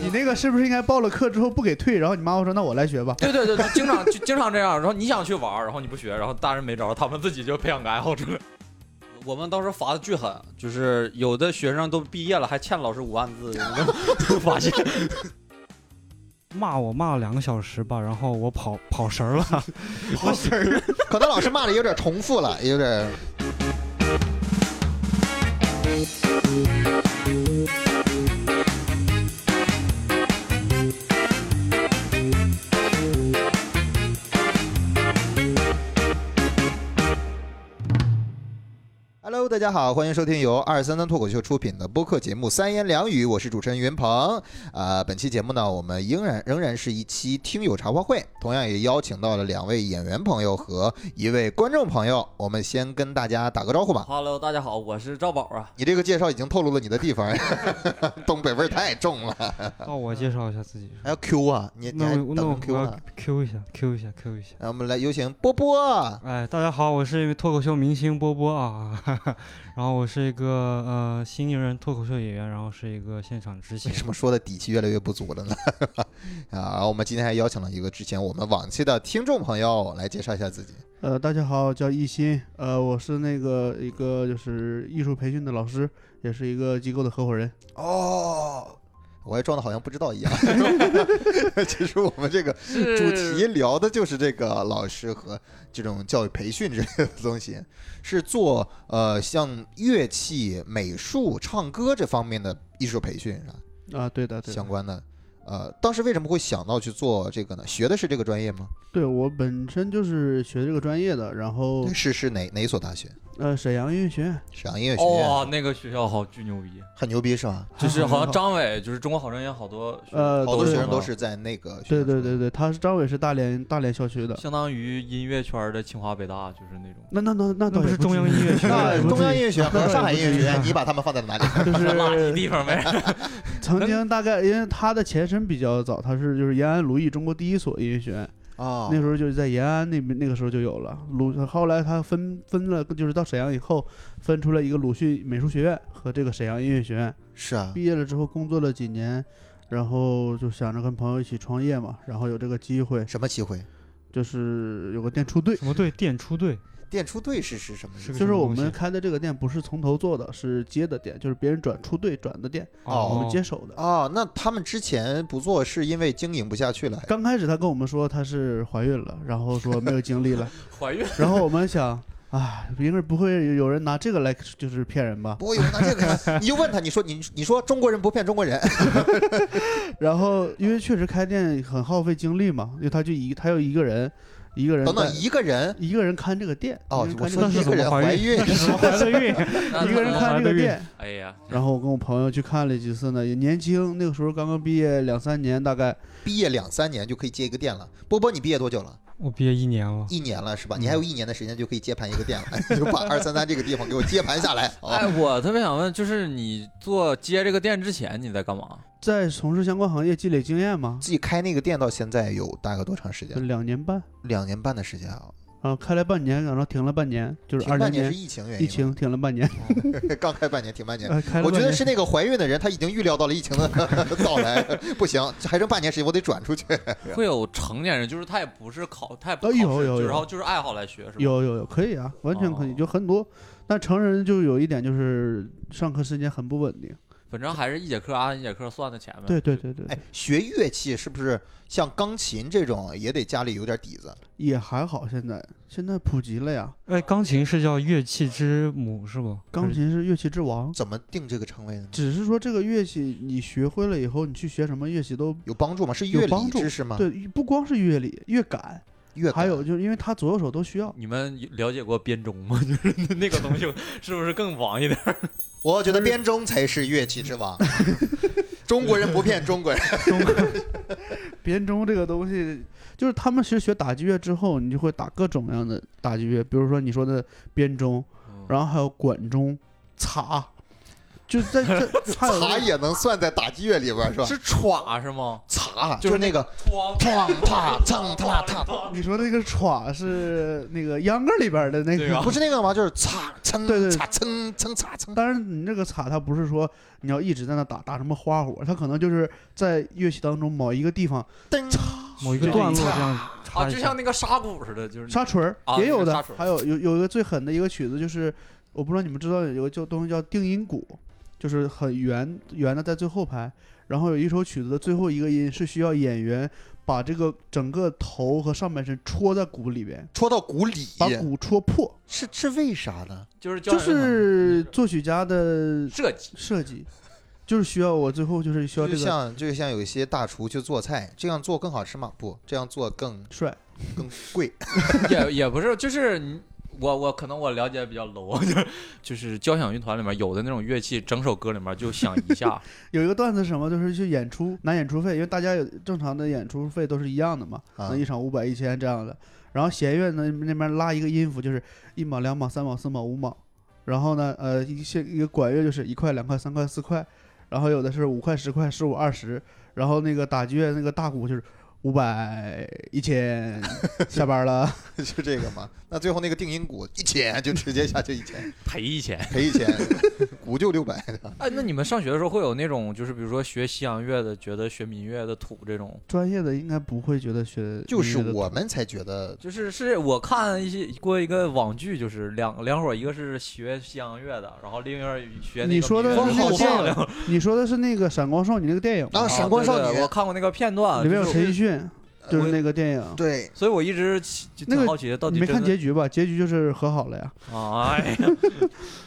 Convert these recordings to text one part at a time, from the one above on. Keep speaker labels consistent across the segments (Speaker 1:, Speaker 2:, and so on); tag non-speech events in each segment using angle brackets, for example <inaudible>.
Speaker 1: 你那个是不是应该报了课之后不给退？然后你妈会说：“那我来学吧。
Speaker 2: <laughs> 对对对，对经常就经常这样。然后你想去玩儿，然后你不学，然后大人没招儿，他们自己就培养个爱好出来。
Speaker 3: 我们当时罚的巨狠，就是有的学生都毕业了还欠老师五万字，你都
Speaker 2: <laughs>
Speaker 3: 发现。
Speaker 4: 骂我骂了两个小时吧，然后我跑跑神儿了，
Speaker 1: 好事儿，
Speaker 5: <laughs> 可能老师骂的有点重复了，有点。Hello，大家好，欢迎收听由二三三脱口秀出品的播客节目《三言两语》，我是主持人云鹏。啊，本期节目呢，我们仍然仍然是一期听友茶话会，同样也邀请到了两位演员朋友和一位观众朋友。我们先跟大家打个招呼吧。
Speaker 3: Hello，大家好，我是赵宝啊。
Speaker 5: 你这个介绍已经透露了你的地方， <laughs> 东北味儿太重了。
Speaker 4: 哦，我介绍一下自己。
Speaker 5: 还要 Q 啊，你你
Speaker 4: 那
Speaker 5: 还
Speaker 4: 我那
Speaker 5: 等
Speaker 4: 我
Speaker 5: Q
Speaker 4: 我
Speaker 5: 呢
Speaker 4: 要？Q 一下，Q 一下，Q 一下。
Speaker 5: 然后我们来有请波波。
Speaker 4: 哎，大家好，我是一位脱口秀明星波波啊， <laughs> 然后我是一个呃新人脱口秀演员，然后是一个现场执行
Speaker 5: 为。什么说的底气越来越不足了呢？ <laughs> 啊，然后我们今天还邀请了一个之前我们往期的听众朋友来介绍一下自己。
Speaker 1: 呃，大家好，我叫艺鑫，呃，我是那个一个就是艺术培训的老师，也是一个机构的合伙人。
Speaker 5: 哦，我还装的好像不知道一样。其实我们这个主题聊的就是这个老师和这种教育培训之类的东西，是做呃像乐器、美术、唱歌这方面的艺术培训是吧？
Speaker 1: 啊，对的，对的
Speaker 5: 相关的。呃，当时为什么会想到去做这个呢？学的是这个专业吗？
Speaker 1: 对我本身就是学这个专业的，然后
Speaker 5: 是是哪哪一所大学？
Speaker 1: 呃，沈阳音乐学院，
Speaker 5: 沈阳音乐学
Speaker 3: 哦
Speaker 5: 院，
Speaker 2: 哇、哦那个学校好巨牛
Speaker 3: <laughs>
Speaker 2: 逼，
Speaker 5: 很牛逼是吧？
Speaker 2: 就是好像
Speaker 1: 张
Speaker 2: 张伟，就是中国好声音好多学
Speaker 1: <laughs> 呃，
Speaker 5: 好多
Speaker 1: 对
Speaker 5: 学生都是在那个学
Speaker 1: 对
Speaker 5: 校
Speaker 1: 对
Speaker 5: 出来
Speaker 1: 对
Speaker 5: 的，
Speaker 1: 对，他是张伟是大连大连校区的，
Speaker 2: 相当于音乐圈的清华北大，就是那种。
Speaker 1: 那那那那
Speaker 4: 那
Speaker 1: 倒
Speaker 4: 不
Speaker 1: 也
Speaker 4: 是中央音乐学
Speaker 5: 那
Speaker 4: 院，
Speaker 1: <laughs>
Speaker 5: 中央音乐学院
Speaker 1: 那
Speaker 5: 和
Speaker 1: 倒
Speaker 5: 上海
Speaker 1: 也
Speaker 5: 音
Speaker 1: 不
Speaker 5: 乐学
Speaker 1: 至于
Speaker 5: 院，
Speaker 1: 吧
Speaker 5: 你把他们放在了哪里？
Speaker 1: 就
Speaker 2: 垃圾
Speaker 1: 是
Speaker 2: 地方
Speaker 3: <laughs>
Speaker 2: 呗，
Speaker 1: 曾经大概因为他的前身比较早，他是就是延安鲁艺中国第一所音乐学院，
Speaker 5: 哦
Speaker 1: 那时候就是在延安那边，那个时候就有了鲁。后来他分分了，就是到沈阳以后，分出了一个鲁迅美术学院和这个沈阳音乐学院。
Speaker 5: 是啊，
Speaker 1: 毕业了之后工作了几年，然后就想着跟朋友一起创业嘛，然后有这个机会，
Speaker 5: 什么机会？
Speaker 1: 就是有个店出队。
Speaker 4: 什么队？电出队，
Speaker 5: 电出队是是什么意
Speaker 4: 是
Speaker 5: 思？
Speaker 4: 个
Speaker 1: 就
Speaker 4: 什
Speaker 1: 是
Speaker 4: 么
Speaker 1: 我
Speaker 4: 东
Speaker 1: 们
Speaker 4: 西
Speaker 1: 开的这个店不是从头做的，是接的店，就是别人转出队转的店，
Speaker 5: 哦
Speaker 1: 我们接手的。
Speaker 5: 哦，那他们之前不做是因为经营不下去了，
Speaker 1: 刚开始她跟我们说她是怀孕了，然后说没有精力了， <laughs>
Speaker 2: 怀孕
Speaker 1: 然后我们想，啊，应该不会有人拿这个来就是骗人吧？
Speaker 5: 不会有人拿这个看，你就问他，你说你你说中国人不骗中国人，
Speaker 1: 然后因为确实开店很耗费精力嘛，因为他就一他要一个人，一个人
Speaker 5: 等等
Speaker 1: 在
Speaker 5: 一个人
Speaker 1: 一个人看这个店，
Speaker 5: 哦
Speaker 1: 一个
Speaker 5: 我
Speaker 1: 人看这
Speaker 5: 说
Speaker 1: 个店
Speaker 4: 那是怎
Speaker 5: 一个人
Speaker 4: 么
Speaker 5: 怀
Speaker 4: 怀
Speaker 5: 孕
Speaker 4: <laughs> 孕？那是什么怀的孕？
Speaker 1: 一个人
Speaker 4: 怀
Speaker 1: 看这个
Speaker 4: 的孕
Speaker 1: 店。
Speaker 2: 哎
Speaker 3: <laughs>
Speaker 2: 呀，
Speaker 1: 然后我跟我朋友去看了几次呢，也年轻，那个时候刚刚毕业两三年，大概
Speaker 5: 毕业两三年就可以接一个店了。波波，你毕业多久了？
Speaker 4: 我毕业一年了，
Speaker 5: 一年了是吧？你还有一年的时间就可以接盘一个店了， <laughs> 就把二三三这个地方给我接盘下来。
Speaker 2: 哎，
Speaker 5: 哦，
Speaker 2: 我特别想问，就是你做接这个店之前你在干嘛？
Speaker 1: 在从事相关行业积累经验嘛，
Speaker 5: 自己开那个店到现在有大概多长时间？
Speaker 1: 两年半，
Speaker 5: 两年半的时间啊。
Speaker 1: 然后开了半年，然后停了半年，就是
Speaker 5: 停
Speaker 1: 二
Speaker 5: 半
Speaker 1: 零
Speaker 5: 年是疫情原因
Speaker 1: 疫
Speaker 5: 吗，
Speaker 1: 情停了半年，
Speaker 5: <laughs> 刚开半年，停半年。
Speaker 1: 呃 <laughs> 开了
Speaker 5: 我觉
Speaker 1: 半
Speaker 5: 得
Speaker 1: 年
Speaker 5: 是那个怀孕的人，他已经预料到了疫情的 <laughs> 到来，不行，还剩半年时间，我得转出去。
Speaker 2: 会有成年人，就是他也不是考，他也不
Speaker 1: 啊哦
Speaker 2: 考试，
Speaker 1: 有有
Speaker 2: 就是
Speaker 1: 有
Speaker 2: 然后就是爱好来学，是吧？
Speaker 1: 有有有，可以啊，完全可以，
Speaker 2: 哦
Speaker 1: 就很多。但成人就有一点就是上课时间很不稳定。
Speaker 2: 反正还是一节课啊按一节课算的钱呗。
Speaker 1: 对对对对，
Speaker 5: 哎，学乐器是不是像钢琴这种也得家里有点底子？
Speaker 1: 也还好。现在现在普及了呀，
Speaker 4: 哎，钢琴是叫乐器之母是不？
Speaker 1: 钢琴是乐器之王，
Speaker 5: 怎么定这个称谓呢？
Speaker 1: 只是说这个乐器你学会了以后，你去学什么乐器都
Speaker 5: 有帮助吗？是
Speaker 1: 有
Speaker 5: 乐理
Speaker 1: 帮助
Speaker 5: 知识吗？，
Speaker 1: 对，不光是乐理、啊乐感，
Speaker 5: 乐
Speaker 1: 还
Speaker 5: 感
Speaker 1: 有就是因为它左右手都需要。
Speaker 2: 你们了解过编钟吗？ <laughs> 就是那个东西是不是更王一点？
Speaker 5: 我觉得编钟才是乐器之
Speaker 1: <laughs>
Speaker 5: 王。中国人不骗中国人，
Speaker 1: 编钟这个东西，就是他们其实学打击乐之后，你就会打各种各样的打击乐，比如说你说的编钟，然后还有管钟、镲。就在 <laughs> 这还有
Speaker 5: 茶
Speaker 1: 那
Speaker 5: 也能算在打击乐里边儿是吧？
Speaker 3: 是歘是吗？
Speaker 5: 茶，
Speaker 3: 就是
Speaker 5: 那个
Speaker 2: 啊
Speaker 3: 哐
Speaker 5: 哐啪蹭啪嚓，
Speaker 1: 你说那个歘是那个秧歌里边的那
Speaker 3: 对
Speaker 1: 个
Speaker 3: 吧，
Speaker 5: 不是那个吗？就是嚓蹭
Speaker 1: 对对
Speaker 5: 嚓蹭蹭嚓
Speaker 3: 嗯
Speaker 5: 蹭。
Speaker 1: 当然，你这个擦，它不是说你要一直在那打打什么花火，它可能就是在乐器当中某一个地方
Speaker 5: 噔，
Speaker 4: 某一个
Speaker 1: 这
Speaker 4: 段
Speaker 1: 一
Speaker 4: 落
Speaker 1: 下
Speaker 4: 这样插
Speaker 3: 啊，
Speaker 4: 一
Speaker 3: 就
Speaker 4: 下
Speaker 3: 像那个沙鼓似的，就是
Speaker 1: 沙锤儿
Speaker 3: 啊
Speaker 1: 也有
Speaker 3: 那个
Speaker 1: 的
Speaker 3: 沙锤，儿
Speaker 1: 还有有有一个最狠的一个曲子就是，我不知道你们知道有个叫东西叫定音鼓，就是很圆圆的在最后排，然后有一首曲子的最后一个音是需要演员把这个整个头和上半身戳在鼓里边，
Speaker 5: 戳到骨里，
Speaker 1: 把鼓戳破，
Speaker 5: 是是为啥呢？
Speaker 3: 就是教
Speaker 1: 就
Speaker 3: 人
Speaker 1: 是作曲家的
Speaker 3: 设计，
Speaker 1: 设计，就是需要我最后就是需要
Speaker 5: 就
Speaker 1: 这个
Speaker 5: 像就像有一些大厨去做菜，这样做更好吃吗？不，这样做更
Speaker 1: 帅。
Speaker 5: 更贵。
Speaker 3: 也也不是，就是你我我可能我了解比较 low，就是
Speaker 2: <laughs>
Speaker 3: 就是交响乐团里面有的那种乐器，整首歌里面就响
Speaker 1: <laughs>
Speaker 3: 一下
Speaker 1: 有一个段子是什么，就是去演出拿演出费，因为大家有正常的演出费都是一样的嘛，
Speaker 5: 啊
Speaker 1: 那一场五百一千这样的。然后弦乐呢那边拉一个音符就是一毛两毛三毛四毛五毛，然后呢呃一些一个管乐就是一块两块三块四块，然后有的是五块十块十五二十，然后那个打击乐那个大鼓就是五百一千，下班了。 <laughs>
Speaker 5: 就这个嘛。那最后那个定音鼓一千就直接下去一千，
Speaker 3: 赔一千。
Speaker 5: 赔一千，鼓就六百。
Speaker 3: 哎，那你们上学的时候会有那种，就是比如说学西洋乐的，觉得学民乐的土这种？
Speaker 1: 专业的应该不会觉得学
Speaker 5: 就是
Speaker 1: 音乐的
Speaker 5: 我们才觉得
Speaker 3: 就是是我看一些过一个网剧，就是两两伙，一个是学西洋乐的，然后另一个学那个
Speaker 1: 你说的
Speaker 3: 民乐
Speaker 5: 是那个
Speaker 3: 好
Speaker 1: 电你说的是那个《闪光少女》那个电影吗
Speaker 5: 啊闪光少女
Speaker 3: 对对我看过那个片段，
Speaker 1: 里面有
Speaker 3: 啊就是
Speaker 1: 陈奕迅，就是那个电影。
Speaker 5: 对，
Speaker 3: 所以我一直其就
Speaker 1: 那个
Speaker 3: 挺好奇的，到底
Speaker 1: 你没看
Speaker 3: 真的
Speaker 1: 结局吧？结局就是和好了呀。
Speaker 3: 啊？哎
Speaker 1: <laughs>
Speaker 3: 呀，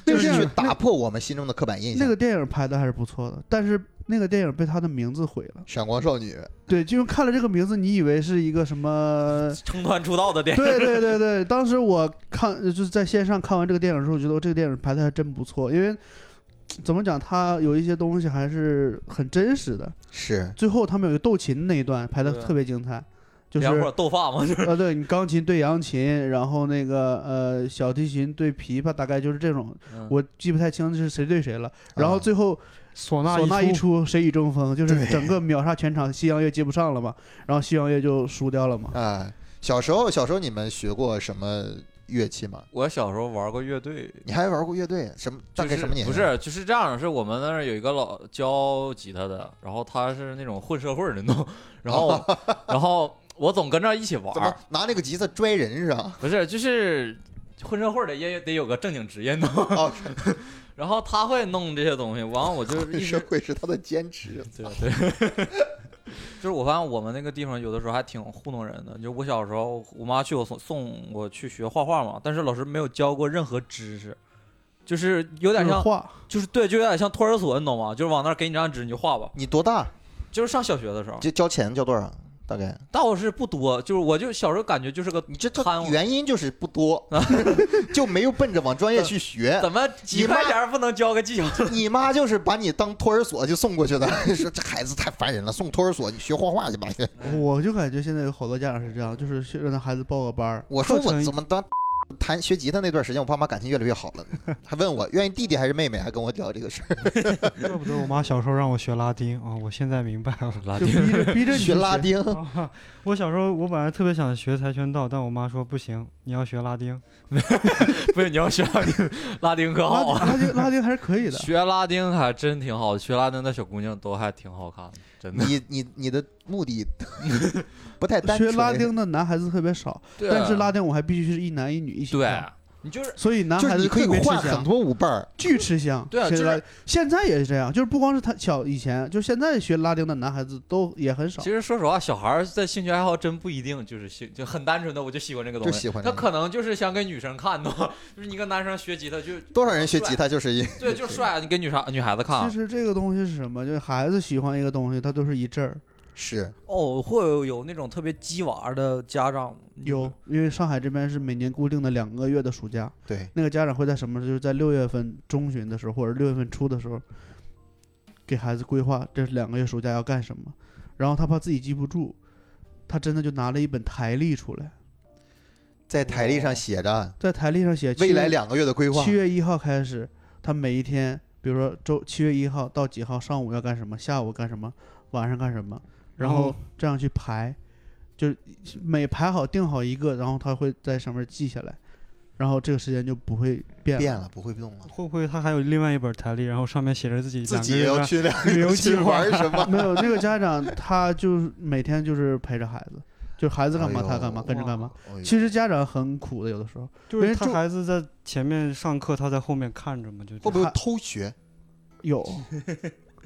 Speaker 1: 那
Speaker 5: 就
Speaker 1: 个
Speaker 5: 是
Speaker 1: 电
Speaker 5: 去
Speaker 1: 影，
Speaker 5: 打破我们心中的刻板印
Speaker 1: 那
Speaker 5: 象。
Speaker 1: 个电影拍的还是不错的，但是那个电影被他的名字毁了。
Speaker 5: 闪光少女，
Speaker 1: 对，就是看了这个名字，你以为是一个什
Speaker 3: <laughs>
Speaker 1: 么？
Speaker 3: 成团出道的电影，
Speaker 1: 对对对对，当时我看就是在线上看完这个电影的时候，我觉得这个电影拍的还真不错，因为怎么讲，它有一些东西还是很真实的。
Speaker 5: 是
Speaker 1: 最后他们有一个斗琴那一段拍的
Speaker 3: 对
Speaker 1: 特别精彩，就是
Speaker 3: 两伙斗法嘛，就是
Speaker 1: 呃，对你钢琴对扬琴，然后那个呃小提琴对琵琶，大概就是这种，
Speaker 3: 嗯
Speaker 1: 我记不太清是谁对谁了。然后
Speaker 5: 啊
Speaker 1: 最后
Speaker 4: 唢呐
Speaker 1: 唢呐一
Speaker 4: 出，
Speaker 1: 出，谁与争锋，就是
Speaker 5: 对
Speaker 1: 整个秒杀全场，西洋乐接不上了嘛，然后西洋乐就输掉了嘛。
Speaker 5: 啊。小时候，小时候你们学过什么乐器吗？
Speaker 3: 我小时候玩过乐队，
Speaker 5: 你还玩过乐队？什么？大概
Speaker 3: 就是
Speaker 5: 什么年？
Speaker 3: 不，是，就是这样，是我们那儿有一个老教吉他的，然后他是那种混社会儿的那种，然
Speaker 5: <laughs>
Speaker 3: 后然后我总跟着一起玩
Speaker 5: 怎么
Speaker 3: 儿，
Speaker 5: 拿那个吉他拽人是吧？
Speaker 3: 不是，就是混社会儿的也得有个正经职业弄， <laughs>
Speaker 5: 哦，
Speaker 3: 然后他会弄这些东西，完了我就 <laughs> 一
Speaker 5: 社
Speaker 3: 直
Speaker 5: 会是他的坚持。
Speaker 3: 对对。 <laughs> 就是我发现我们那个地方有的时候还挺糊弄人的。就我小时候，我妈去我送送我去学画画嘛，但是老师没有教过任何知识，就是
Speaker 1: 有
Speaker 3: 有点像
Speaker 1: 画，
Speaker 3: 就是对，就有点像托儿所，你懂吗？就是往那儿给你张纸，你就画吧。
Speaker 5: 你多大？
Speaker 3: 就是上小学的时候，
Speaker 5: 就交钱交多少？大概？
Speaker 3: 倒是不多，就是我就小时候感觉就是个
Speaker 5: 你这这
Speaker 3: 贪污
Speaker 5: 原因就是不多， <laughs> 就没有奔着往专业
Speaker 3: <laughs>
Speaker 5: 去学。
Speaker 3: 怎么几
Speaker 5: 你妈
Speaker 3: 块钱不能交个技巧？ <laughs>
Speaker 5: 你妈就是把你当托儿所就送过去的， <laughs> 说这孩子太烦人了，送托儿所，你学画画去吧。
Speaker 1: 我就感觉现在有好多家长是这样，就是去让他孩子报个班儿，
Speaker 5: 我说
Speaker 4: 课
Speaker 5: 我
Speaker 4: 程
Speaker 5: 怎么当 <laughs> 弹学吉他那段时间，我爸妈感情越来越好了，还问我愿意弟弟还是妹妹，还跟我聊这个事儿。
Speaker 4: <laughs> 怪不得我妈小时候让我学拉丁啊，我现在明白了。
Speaker 3: 拉
Speaker 1: 就逼着逼着你去
Speaker 5: 啊学拉。丁，
Speaker 4: 啊 <laughs> 我小时候我本来特别想学跆拳道，但我妈说不行，你要学拉丁。
Speaker 3: 不是你要学拉丁，拉丁可
Speaker 1: 拉
Speaker 3: 好
Speaker 5: 哦
Speaker 3: 啊！
Speaker 1: 丁拉丁拉丁还是可以的，
Speaker 3: 学拉丁还真挺好，学拉丁的小姑娘都还挺好看的，真的。
Speaker 5: 你你你的
Speaker 3: <laughs>
Speaker 5: 目的不太单纯。啊
Speaker 1: 学拉丁的男孩子特别少，
Speaker 3: 对
Speaker 1: 啊但是拉丁舞还必须是一男一女一起
Speaker 3: 对
Speaker 1: 跳，，
Speaker 3: 你就是
Speaker 1: 所以男
Speaker 5: 就是
Speaker 1: 孩子
Speaker 5: 你可以
Speaker 1: 特别吃
Speaker 5: 换
Speaker 1: 香
Speaker 5: 很多舞伴儿，
Speaker 1: 巨吃香。
Speaker 3: 对啊
Speaker 1: 学
Speaker 3: 就是
Speaker 1: 拉现在也是这样，就是不光是他小以前，就现在学拉丁的男孩子都也很少
Speaker 3: 其。实说实话，小孩儿在兴趣爱好真不一定就是兴，就很单纯的我就喜欢这个
Speaker 5: 就
Speaker 3: 东西。
Speaker 5: 喜欢这
Speaker 3: 他
Speaker 5: 个
Speaker 3: 可能就是想给女生看的， <laughs> 就是你跟男生学吉他就
Speaker 5: 多少人学吉他就是一
Speaker 3: 对，就帅啊，你给女生女孩子看啊。
Speaker 1: 其实这个东西是什么？就是孩子喜欢一个东西，他都是一阵儿。
Speaker 5: <laughs> 是
Speaker 3: 哦，会有那种特别鸡娃儿的家长
Speaker 1: 有，因为上海这边是每年固定的两个月的暑假，
Speaker 5: 对
Speaker 1: 那个家长会在什么时候？就是在六月份中旬的时候，或者六月份初的时候，给孩子规划这两个月暑假要干什么。然后他怕自己记不住，他真的就拿了一本台历出来，
Speaker 5: 在台
Speaker 3: 哦
Speaker 5: 历上写着
Speaker 1: 在台历上写
Speaker 5: 未
Speaker 1: 七
Speaker 5: 来两个月的规划
Speaker 1: 七。月一号开始，他每一天比如说周七月一号到几号上午要干什么，下午干什么，晚上干什么，然
Speaker 4: 然
Speaker 1: 后
Speaker 4: 后
Speaker 1: 这样去排，就是每排好定好一个，然后他会在上面记下来，然后这个时间就不会变
Speaker 5: 变了，不会动了，
Speaker 4: 会不会他还有另外一本台历，然后上面写着自己
Speaker 5: 自
Speaker 4: 两个
Speaker 5: 己也
Speaker 4: 月
Speaker 5: 要
Speaker 4: 的
Speaker 5: 去两
Speaker 4: 旅游
Speaker 5: 个
Speaker 4: 计
Speaker 5: 去
Speaker 4: 划
Speaker 1: <laughs>
Speaker 5: 玩什么？
Speaker 1: 没有那个家长他就是每天就是陪着孩子，就是孩子干嘛他干嘛
Speaker 5: 哎呦
Speaker 1: 跟着干嘛。
Speaker 5: 哎呦
Speaker 1: 其实家长很苦的，有的时候
Speaker 4: 就是
Speaker 1: 人
Speaker 4: 他
Speaker 1: 住
Speaker 4: 孩子在前面上课，他在后面看着嘛，就
Speaker 5: 会不会偷学？
Speaker 1: 有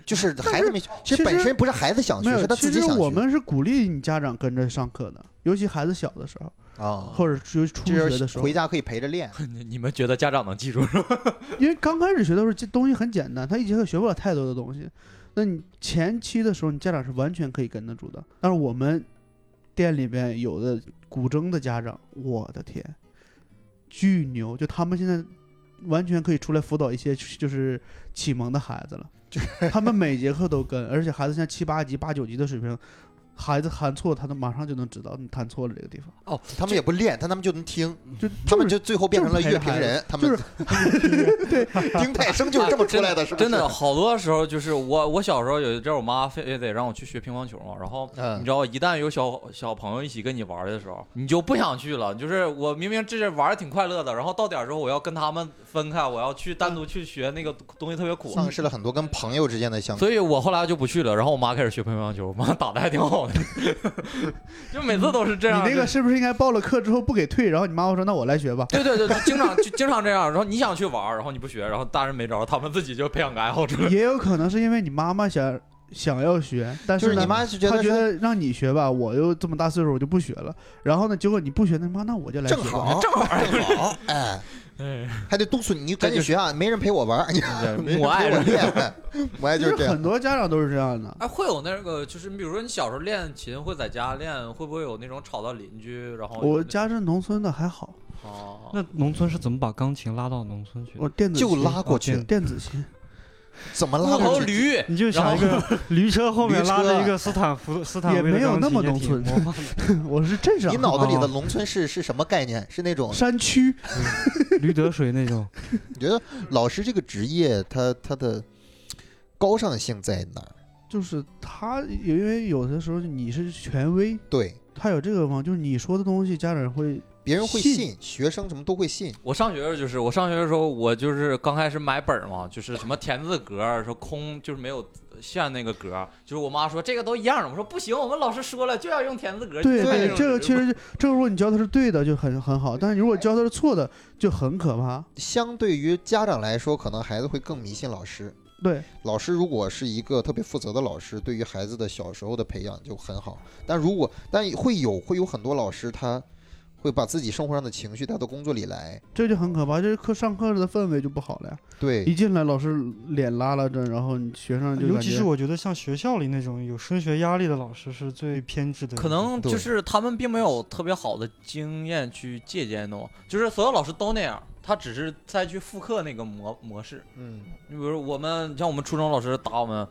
Speaker 5: 就是孩子没学，
Speaker 1: 其
Speaker 5: 其实
Speaker 1: 实
Speaker 5: 本身不是孩子想
Speaker 1: 没
Speaker 5: 啊学，
Speaker 1: 有
Speaker 5: 是？他
Speaker 1: 其
Speaker 5: 自己
Speaker 1: 实
Speaker 5: 想
Speaker 1: 我
Speaker 5: 学
Speaker 1: 们是鼓励你家长跟着上课的，尤其孩子小的时候，
Speaker 5: 啊。
Speaker 1: 或者是初
Speaker 5: 这
Speaker 1: 学的
Speaker 5: 时
Speaker 1: 时
Speaker 5: 候
Speaker 1: 候
Speaker 5: 回，家可以陪着练，
Speaker 3: 你你们觉得家长能记住是吧？
Speaker 1: 因为刚开始学的时候，这东西很简单，他一节课学不了太多的东西。那你前期的时候，你家长是完全可以跟得住的。但是我们店里边有的古筝的家长，我的天，巨牛！就他们现在完全可以出来辅导一些就是启蒙的孩子了。他们每节课都跟，而且孩子现在七八级、八九级的水平，孩子弹错，他都马上就能知道你弹错了这个地方。
Speaker 5: 他们也不练，但他们就能听，
Speaker 1: 就
Speaker 5: 他们
Speaker 1: 就是
Speaker 5: 就最后变成了
Speaker 1: 就是
Speaker 5: 乐
Speaker 1: 陪着
Speaker 5: 评
Speaker 1: 孩子
Speaker 5: 人，他
Speaker 1: 就
Speaker 5: 们
Speaker 1: 是 <laughs>
Speaker 5: <laughs> 丁太升 <laughs> 就是这么出来的，是不是？
Speaker 3: 真的，好多时候就是我，我小时候有一阵儿，我妈非得让我去学乒乓球嘛，然后
Speaker 5: 嗯
Speaker 3: 你知道，一旦有小小朋友一起跟你玩儿的时候，你就不想去了。就是我明明这阵玩的挺快乐的，然后到点儿之后我要跟他们分开，我要去单独去学那个东西，特别苦。
Speaker 5: 丧失了很多跟朋友之间的相处。
Speaker 3: 所以我后来就不去了，然后我妈开始学乒乓球，我妈打的还挺好的， <laughs> 就每次都是这样。
Speaker 1: 你那
Speaker 3: 就
Speaker 1: 个是不是应该报了课之后不给退？然后你妈妈说：“那我来学吧。”
Speaker 3: <laughs> 对对对，就经常就经常这样。然后你想去玩儿，然后你不学，然后大人没招儿，他们自己就培养个爱
Speaker 1: <laughs>
Speaker 3: 好出来。
Speaker 1: 也有可能是因为你妈妈想想要学，但
Speaker 5: 就是
Speaker 1: 呢，
Speaker 5: 你妈是觉
Speaker 1: 她
Speaker 5: 得
Speaker 1: 觉
Speaker 5: 说
Speaker 1: 得让你学吧，我又这么大岁数，我就不学了。然后呢，结果你不学，那妈那我就来学
Speaker 5: 正
Speaker 1: 吧。
Speaker 5: 好正好正好，
Speaker 3: <laughs>
Speaker 5: 哎，还得督促你，你赶紧学啊，没人陪我玩儿，你
Speaker 3: 母爱
Speaker 5: 我
Speaker 3: 人。
Speaker 5: 练，哎我爱
Speaker 1: 其
Speaker 5: 就是这
Speaker 1: 实 <laughs>
Speaker 5: 样
Speaker 1: 很。多家长都是这样的。
Speaker 3: <laughs> 哎，会有那个，就是你比如说你小时候练琴会在家练，会不会有那种吵到邻居？然后
Speaker 1: 我家是农村的，还好，
Speaker 3: 哦，
Speaker 4: 那农村是怎么把钢琴拉到农村去的？
Speaker 1: 我电子
Speaker 5: 就
Speaker 1: 琴
Speaker 5: 拉过
Speaker 4: 哦
Speaker 5: 去
Speaker 4: 电，
Speaker 1: 电子琴， <laughs>
Speaker 5: 怎么拉
Speaker 3: 木头
Speaker 5: 过去？
Speaker 3: 驴，
Speaker 4: 你就想一个 <laughs> 驴车后面
Speaker 5: 驴
Speaker 4: 拉着
Speaker 5: 车
Speaker 4: 一个斯
Speaker 1: <laughs>
Speaker 4: 坦福斯坦
Speaker 1: 啊也
Speaker 4: 威的
Speaker 1: 没有
Speaker 4: 钢
Speaker 1: 那
Speaker 4: 琴
Speaker 1: 么
Speaker 4: 也
Speaker 1: 农
Speaker 4: 挺
Speaker 1: 村
Speaker 4: 魔幻
Speaker 1: <laughs> 我是镇上
Speaker 5: 你脑子里的
Speaker 1: 啊
Speaker 5: 农村是是什么概念？是那种
Speaker 1: 山区，
Speaker 4: 的驴得水那种。
Speaker 5: 你觉得老师这个职业，他他的高尚性在哪儿？
Speaker 1: 就是他，因为有的时候你是权威，
Speaker 5: 对，
Speaker 1: 他有这个方，就是你说的东西，家长会
Speaker 5: 别人会
Speaker 1: 信
Speaker 5: 信，学生什么都会信。
Speaker 3: 我上学的时候就是，我上学的时候，我就是刚开始买本儿嘛，就是什么田字格儿，说空就是没有线那个格儿，就是我妈说这个都一样的，我说不行，我们老师说了就要用田字格儿。
Speaker 1: 对
Speaker 3: 就是
Speaker 5: 对
Speaker 3: 那种
Speaker 1: 这个其实这个如果你教的是对的，就很很好；但是如果教的是错的，就很可怕。
Speaker 5: 相对于家长来说，可能孩子会更迷信老师。
Speaker 1: 对，
Speaker 5: 老师如果是一个特别负责的老师，对于孩子的小时候的培养就很好。但如果但会有会有很多老师，他会把自己生活上的情绪带到工作里来。
Speaker 1: 这就很可怕，这课上课的氛围就不好了呀。一
Speaker 5: 对，
Speaker 1: 进来老师脸拉拉着，然后你学生 <laughs> 就
Speaker 4: 尤
Speaker 1: 感
Speaker 4: 其
Speaker 1: 觉
Speaker 4: 是我觉得像学校里那种有升学压力的老师是最偏执的一种，
Speaker 3: 可能就是他们并没有特别好的经验去借鉴的嘛，哦就是所有老师都那样，他只是再去复刻那个模模式。
Speaker 5: 嗯，
Speaker 3: 你比如我们，你像我们初中老师打我们，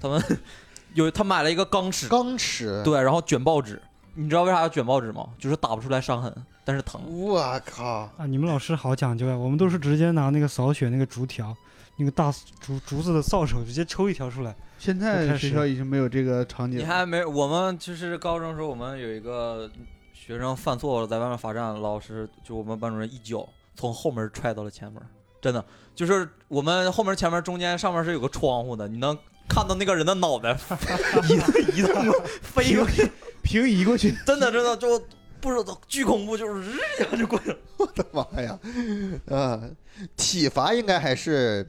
Speaker 3: 他们 <laughs> 有他买了一个钢尺，
Speaker 5: 钢尺，
Speaker 3: 对，然后卷报纸。你知道为啥要卷报纸吗？就是打不出来伤痕，但是疼。
Speaker 5: 我靠，
Speaker 4: 啊，你们老师好讲究呀，我们都是直接拿那个扫雪那个竹条，那个大竹竹子的扫帚直接抽一条出来。 <laughs>
Speaker 1: 现
Speaker 4: 就开
Speaker 1: 在
Speaker 4: 始
Speaker 1: 学校已经没有这个场景
Speaker 3: 你
Speaker 1: 了。
Speaker 3: 还没，我们就是高中时候，我们有一个学生犯错了，在外面罚站，老师就我们班主任一脚从后门踹到了前门，真的就是我们后门前门中间上面是有个窗户的，你能看到那个人的脑袋 <laughs> 一一通飞过 <laughs> 去，
Speaker 1: 平移过去，
Speaker 3: 真的真的就不知道巨恐怖，就是日一下就过去了。
Speaker 5: 我的 <laughs> 妈呀！啊，体罚应该还是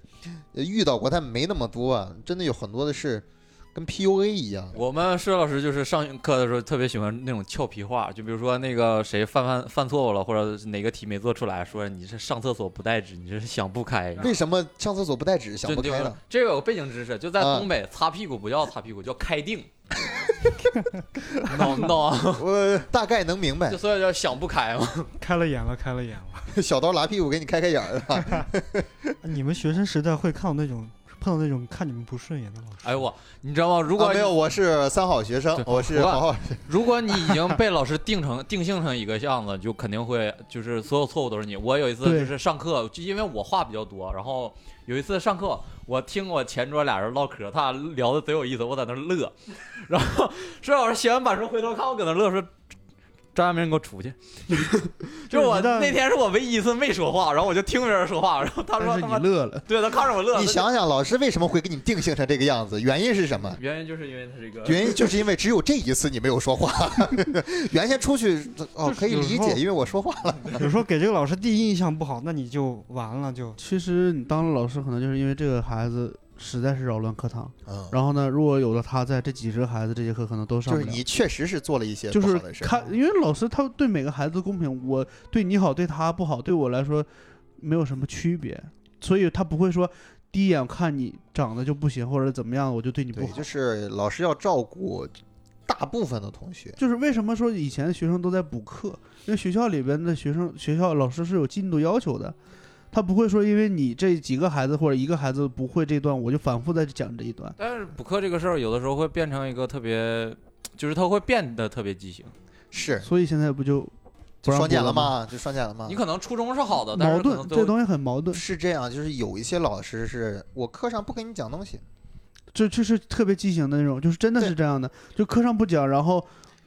Speaker 5: 呃遇到过，但没那么多啊。真的有很多的是跟 PUA 一
Speaker 3: <laughs>
Speaker 5: 样。
Speaker 3: 我们数学老师就是上课的时候特别喜欢那种俏皮话，就比如说那个谁犯犯犯错误了，或者哪个题没做出来，说你是上厕所不带纸，你这是想不开。
Speaker 5: 为什么上厕所不带纸想
Speaker 3: 就
Speaker 5: 不开呢？
Speaker 3: 这个有背景知识，就在
Speaker 5: 啊
Speaker 3: 东北，擦屁股不叫擦屁股，叫开
Speaker 5: <laughs>
Speaker 3: 腚。你懂你懂啊？
Speaker 5: 我大概能明白
Speaker 3: 就，所以叫想不开嘛。
Speaker 4: 开了眼了，开了眼 <laughs> 了。
Speaker 5: 小刀拉屁股给你开开眼儿啊。
Speaker 4: 你们学生时代会看到那种碰到那种看你们不顺眼的老师？
Speaker 3: 哎呦我，你知道吗？如
Speaker 5: 如
Speaker 3: 果、
Speaker 5: 啊没有，我是三好学生
Speaker 3: 对，
Speaker 5: 我是
Speaker 3: 我
Speaker 5: 好好
Speaker 3: 如果你已经被老师
Speaker 1: <laughs>
Speaker 3: 定成定性成一个样子，就肯定会就是所有错误都是你。我有一次
Speaker 1: 对
Speaker 3: 就是上课，就因为我话比较多，然后有一次上课，我听我前桌俩人唠嗑，他俩聊的贼有意思，我在
Speaker 1: <laughs>
Speaker 3: 那乐，然后石老师写完板书回头看我搁那乐说。张亚明，你给
Speaker 1: <laughs>
Speaker 3: 我出去！就是我
Speaker 1: 你知道
Speaker 3: 那天是我唯一一次没说话，然后我就听别人说话，然后他
Speaker 1: 但
Speaker 3: 说
Speaker 1: 是
Speaker 3: 他
Speaker 1: 你
Speaker 3: 妈，
Speaker 1: 乐了，
Speaker 3: 对他看着我乐，
Speaker 5: 你
Speaker 3: 他就
Speaker 5: 想想，老师为什么会给你定性成这个样子？原因是什么？
Speaker 3: 原因就是因为他是一个
Speaker 5: 原因就是因为只有这一次你没有说话， <laughs> 原先出去哦
Speaker 4: 就是
Speaker 5: 可以
Speaker 4: 有
Speaker 5: 理
Speaker 4: 时候
Speaker 5: 解，因为我说话了。
Speaker 4: 有时候给这个老师第一印象不好，那你就完了，就
Speaker 1: 其实你当了老师，可能就是因为这个孩子实在是扰乱课堂。
Speaker 5: 嗯，
Speaker 1: 然后呢，如果有了他在，这几十个孩子这节课可能都上
Speaker 5: 就
Speaker 1: 不
Speaker 5: 是
Speaker 1: 了。
Speaker 5: 你确实是做了一些
Speaker 1: 就
Speaker 5: 不
Speaker 1: 是
Speaker 5: 好的事儿。
Speaker 1: 看，因为老师他对每个孩子公平，我对你好，对他不好，对我来说没有什么区别，所以他不会说第一眼看你长得就不行或者怎么样，我就对你不
Speaker 5: 对，
Speaker 1: 好。
Speaker 5: 就是老师要照顾大部分的同学。
Speaker 1: 就是为什么说以前学生都在补课，因为学校里边的学生，学校老师是有进度要求的，他不会说因为你这几个孩子或者一个孩子不会这段，我就反复在讲这一段。
Speaker 3: 但是补课这个事儿，有的时候会变成一个特别，就是它会变得特别畸形。
Speaker 5: 是
Speaker 1: 所以现在不就不让
Speaker 5: 双减
Speaker 1: 补
Speaker 5: 了
Speaker 1: 了
Speaker 5: 吗？就双减了吗
Speaker 3: 你？可能初衷是好的，但
Speaker 1: 矛
Speaker 3: 是可能
Speaker 1: 盾？
Speaker 3: 最
Speaker 1: 这
Speaker 3: 后
Speaker 1: 东西很矛盾，
Speaker 5: 是这样，就是有一些老师是我课上不跟你讲东西，
Speaker 1: 这这是特别畸形的那种，就是真的是这样的，就课上不讲，然后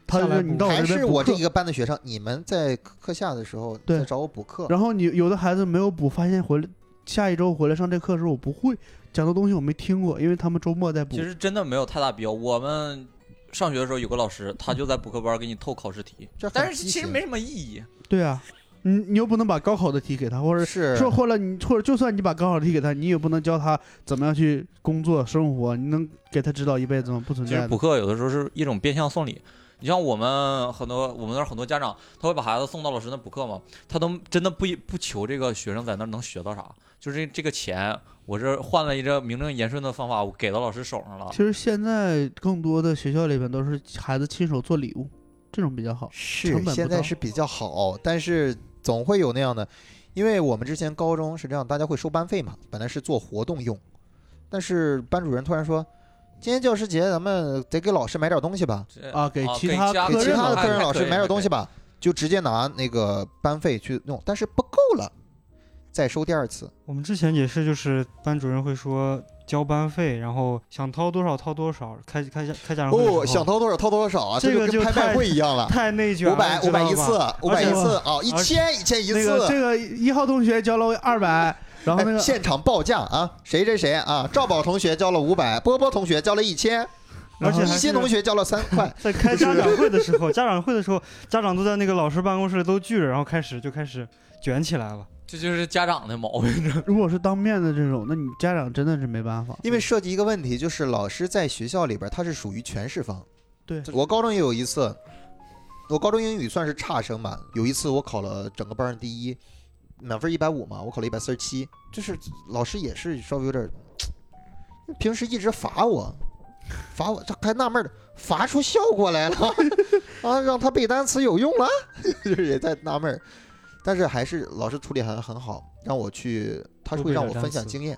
Speaker 1: 他
Speaker 4: 下
Speaker 1: 就
Speaker 4: 来
Speaker 1: 是你
Speaker 4: 补
Speaker 1: 到我
Speaker 5: 还
Speaker 1: 这边
Speaker 5: 是
Speaker 1: 补
Speaker 5: 我这
Speaker 1: 课
Speaker 5: 一个班的学生，你们在课下的时候
Speaker 1: 对
Speaker 5: 再找我补课，
Speaker 1: 然后你有的孩子没有补，发现回来下一周回来上这课的时候我不会讲的东西我没听过，因为他们周末在补
Speaker 2: 其。实真的没有太大必要。我们上学的时候有个老师，他就在补课班给你透考试题，
Speaker 5: 这很
Speaker 2: 但是
Speaker 5: 畸
Speaker 2: 其实
Speaker 5: 形
Speaker 2: 没什么意义。
Speaker 1: 对啊，你你又不能把高考的题给他，或者
Speaker 5: 是
Speaker 1: 说或者你或者就算你把高考的题给他，你也不能教他怎么样去工作生活，你能给他指导一辈子吗？不存
Speaker 2: 其实
Speaker 1: 在
Speaker 2: 补
Speaker 1: 的。
Speaker 2: 课有的时候是一种变相送礼。你像我们很多，我们那儿很多家长，他会把孩子送到老师那补课嘛，他都真的不不求这个学生在那儿能学到啥，就是这这个钱，我这换了一个名正言顺的方法，我给到老师手上了
Speaker 1: 其。实现在更多的学校里边都是孩子亲手做礼物，这种比较好。
Speaker 5: 是
Speaker 1: 成本
Speaker 5: 现
Speaker 1: 不
Speaker 5: 在
Speaker 1: 高
Speaker 5: 是比较好，但是总会有那样的，因为我们之前高中是这样，大家会收班费嘛，本来是做活动用，但是班主任突然说，今天教师节咱们得给老师买点东西吧，
Speaker 2: 这
Speaker 1: 啊
Speaker 3: 哦
Speaker 1: 给其
Speaker 2: 给
Speaker 1: 他
Speaker 2: 家
Speaker 1: 啊
Speaker 5: 给
Speaker 1: 个
Speaker 5: 其
Speaker 1: 人
Speaker 5: 他的
Speaker 1: 老
Speaker 5: 个人
Speaker 2: 还
Speaker 5: 老师
Speaker 2: 可以
Speaker 5: 买点东西
Speaker 2: 还
Speaker 5: 吧，就直接拿那个班费去弄，但是不够了，再收第二次，
Speaker 4: 我们之前也是，就是班主任会说交班费，然后想掏多少掏多少，开开家开家长会的时候
Speaker 5: 哦，想掏多少掏多少啊，
Speaker 4: 这
Speaker 5: 就
Speaker 4: 个
Speaker 5: 跟
Speaker 4: 就
Speaker 5: 拍卖
Speaker 4: 太
Speaker 5: 会一样了，
Speaker 4: 太内卷了，
Speaker 5: 五百
Speaker 4: 你
Speaker 5: 五
Speaker 4: 知道
Speaker 5: 百
Speaker 4: 吧
Speaker 5: 一次，五百一
Speaker 4: 而且
Speaker 5: 次啊，一
Speaker 4: 而
Speaker 5: 千一千一
Speaker 1: 那个
Speaker 5: 次。
Speaker 1: 这个一号同学交了二
Speaker 5: <laughs>
Speaker 1: 百，然后那
Speaker 5: 哎
Speaker 1: 个
Speaker 5: 现场报价啊，谁谁谁啊，赵宝同学交了五百，波波同学交了一千，
Speaker 4: 而且
Speaker 5: 一
Speaker 4: 还
Speaker 5: 心同
Speaker 4: 是。
Speaker 5: 学交了三块
Speaker 4: <laughs> 在开家长会的时候，家长会的时候，家长都在那个老师办公室都聚着，然后开始就开始卷起来了。
Speaker 3: 这就是家长的毛病。 <laughs>
Speaker 1: 如果是当面的这种，那你家长真的是没办法，
Speaker 5: 因为涉及一个问题，就是老师在学校里边他是属于全市方。
Speaker 1: 对
Speaker 5: 我高中也有一次，我高中英语算是差生吧，有一次我考了整个班上第一，满分一百五嘛，我考了一百四十七，就是老师也是稍微有点儿，平时一直罚我，罚我，这还纳闷儿，罚出效果
Speaker 1: <laughs>
Speaker 5: 来了啊，让他背单词有用了， <laughs> 就是也在纳闷儿，但是还是老师处理还很好，让我去，他
Speaker 4: 多
Speaker 5: 会
Speaker 4: 背
Speaker 5: 让
Speaker 4: 点
Speaker 5: 我
Speaker 4: 单
Speaker 5: 分享
Speaker 4: 词
Speaker 5: 经验，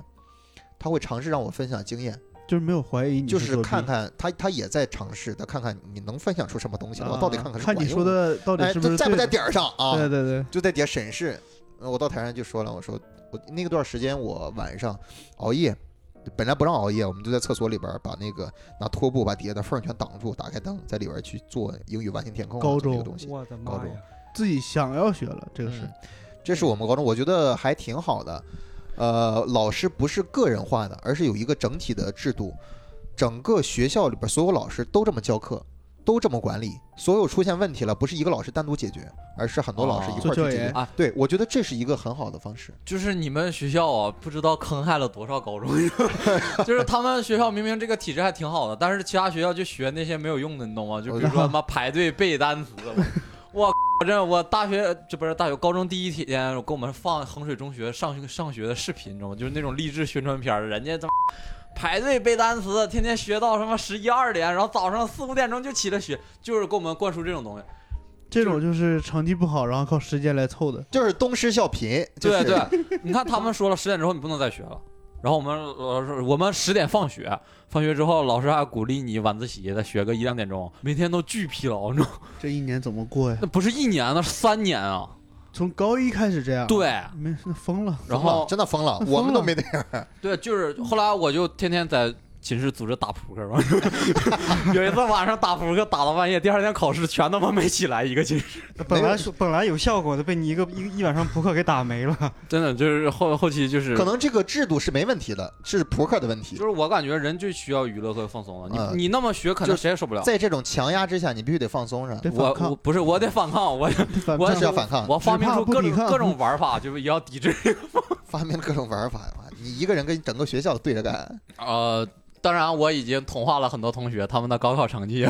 Speaker 5: 他会尝试让我分享经验。
Speaker 1: 就是没有怀疑你
Speaker 5: 就是
Speaker 1: 作弊
Speaker 5: 看看他，他也在尝试的，看看你能分享出什么东西来，
Speaker 1: 啊
Speaker 5: 我到底看看是
Speaker 1: 看你
Speaker 5: 管
Speaker 1: 说
Speaker 5: 用
Speaker 1: 的到底
Speaker 5: 哎，
Speaker 1: 是不
Speaker 5: 这
Speaker 1: 是
Speaker 5: 在不
Speaker 1: 对
Speaker 5: 在
Speaker 1: 的
Speaker 5: 点儿上啊？
Speaker 1: 对对对，
Speaker 5: 就在底下审视。呃我到台上就说了，我说我那个段时间我晚上熬夜，本来不让熬夜，我们就在厕所里边儿把那个拿拖布把底下的缝儿全挡住，打开灯，在里边儿去做英语完形填空啊
Speaker 1: 高
Speaker 5: 这么一个
Speaker 1: 中
Speaker 5: 东西。
Speaker 4: 我的妈
Speaker 5: 高中
Speaker 4: 呀！
Speaker 1: 自己想要学了，这个是
Speaker 5: 嗯，这是我们高中，我觉得还挺好的。呃，老师不是个人化的，而是有一个整体的制度，整个学校里边所有老师都这么教课，都这么管理。所有出现问题了，不是一个老师单独解决，而是很多老师一块
Speaker 1: 哦做
Speaker 5: 儿去
Speaker 1: 教
Speaker 5: 解决。
Speaker 1: 研
Speaker 3: 啊
Speaker 5: 对，我觉得这是一个很好的方式。
Speaker 3: 就是你们学校啊，不知道坑害了多少高中， <laughs> 就是他们学校明明这个体制还挺好的，但是其他学校就学那些没有用的，你懂吗？就比如
Speaker 1: 哦
Speaker 3: 说他妈排队背单词，我我真的我大学这不是大学高中第一天，我给我们放衡水中学上学上学的视频，你知道吗？就是那种励志宣传片儿，人家他妈排队背单词，天天学到什么十一二点，然后早上四五点钟就起来学，就是给我们灌输这种东西。
Speaker 1: 这种就是成绩不好，然后靠时间来凑的，
Speaker 5: 就是东施效颦，就是
Speaker 3: 对对，你看他们说了十点之后你不能再学了，然后我们老师，我们十点放学，放学之后老师还鼓励你晚自习再学个一两点钟，每天都巨疲劳，你知道吗？
Speaker 1: 这一年怎么过呀？
Speaker 3: 那不是一年，那是三年啊！
Speaker 1: 从高一开始这样，，
Speaker 3: 对
Speaker 5: 嗯
Speaker 1: 没那疯
Speaker 3: <laughs>
Speaker 1: 了，
Speaker 3: 然
Speaker 5: 疯了
Speaker 3: 后
Speaker 5: 真的疯了，
Speaker 1: 疯
Speaker 5: 我们都
Speaker 1: 了
Speaker 5: 没那样。
Speaker 3: 对，就是后来我就天天在寝室组织打扑克嘛， <laughs> 有一次晚上打扑克打到半夜，第二天考试全他妈没起来一个寝室，
Speaker 4: 本来说本来有效果的，被你一个一一晚上扑克给打没了。
Speaker 3: 真的就是后后期就是
Speaker 5: <laughs> 可能这个制度是没问题的，是扑克的问题
Speaker 3: 就。是我感觉人最需要娱乐和放松了，你、
Speaker 5: 嗯
Speaker 3: 你那么学，可能谁也受不了。
Speaker 5: 在这种强压之下，你必须得放松着，
Speaker 1: 得
Speaker 3: 我
Speaker 1: 反
Speaker 3: 我
Speaker 1: 抗，
Speaker 3: 不是我得反抗，我
Speaker 1: 呃反
Speaker 3: 我
Speaker 5: 这
Speaker 1: 抗
Speaker 5: 是要反抗，
Speaker 3: 我发明出各
Speaker 1: 只怕不抵
Speaker 3: 种
Speaker 1: 抗
Speaker 3: 各种玩法，就是也要抵制。
Speaker 5: 发明了各种玩法呀！你一个人跟整个学校对着干，
Speaker 3: <laughs> 呃，当然我已经同化了很多同学，他们的高考成绩。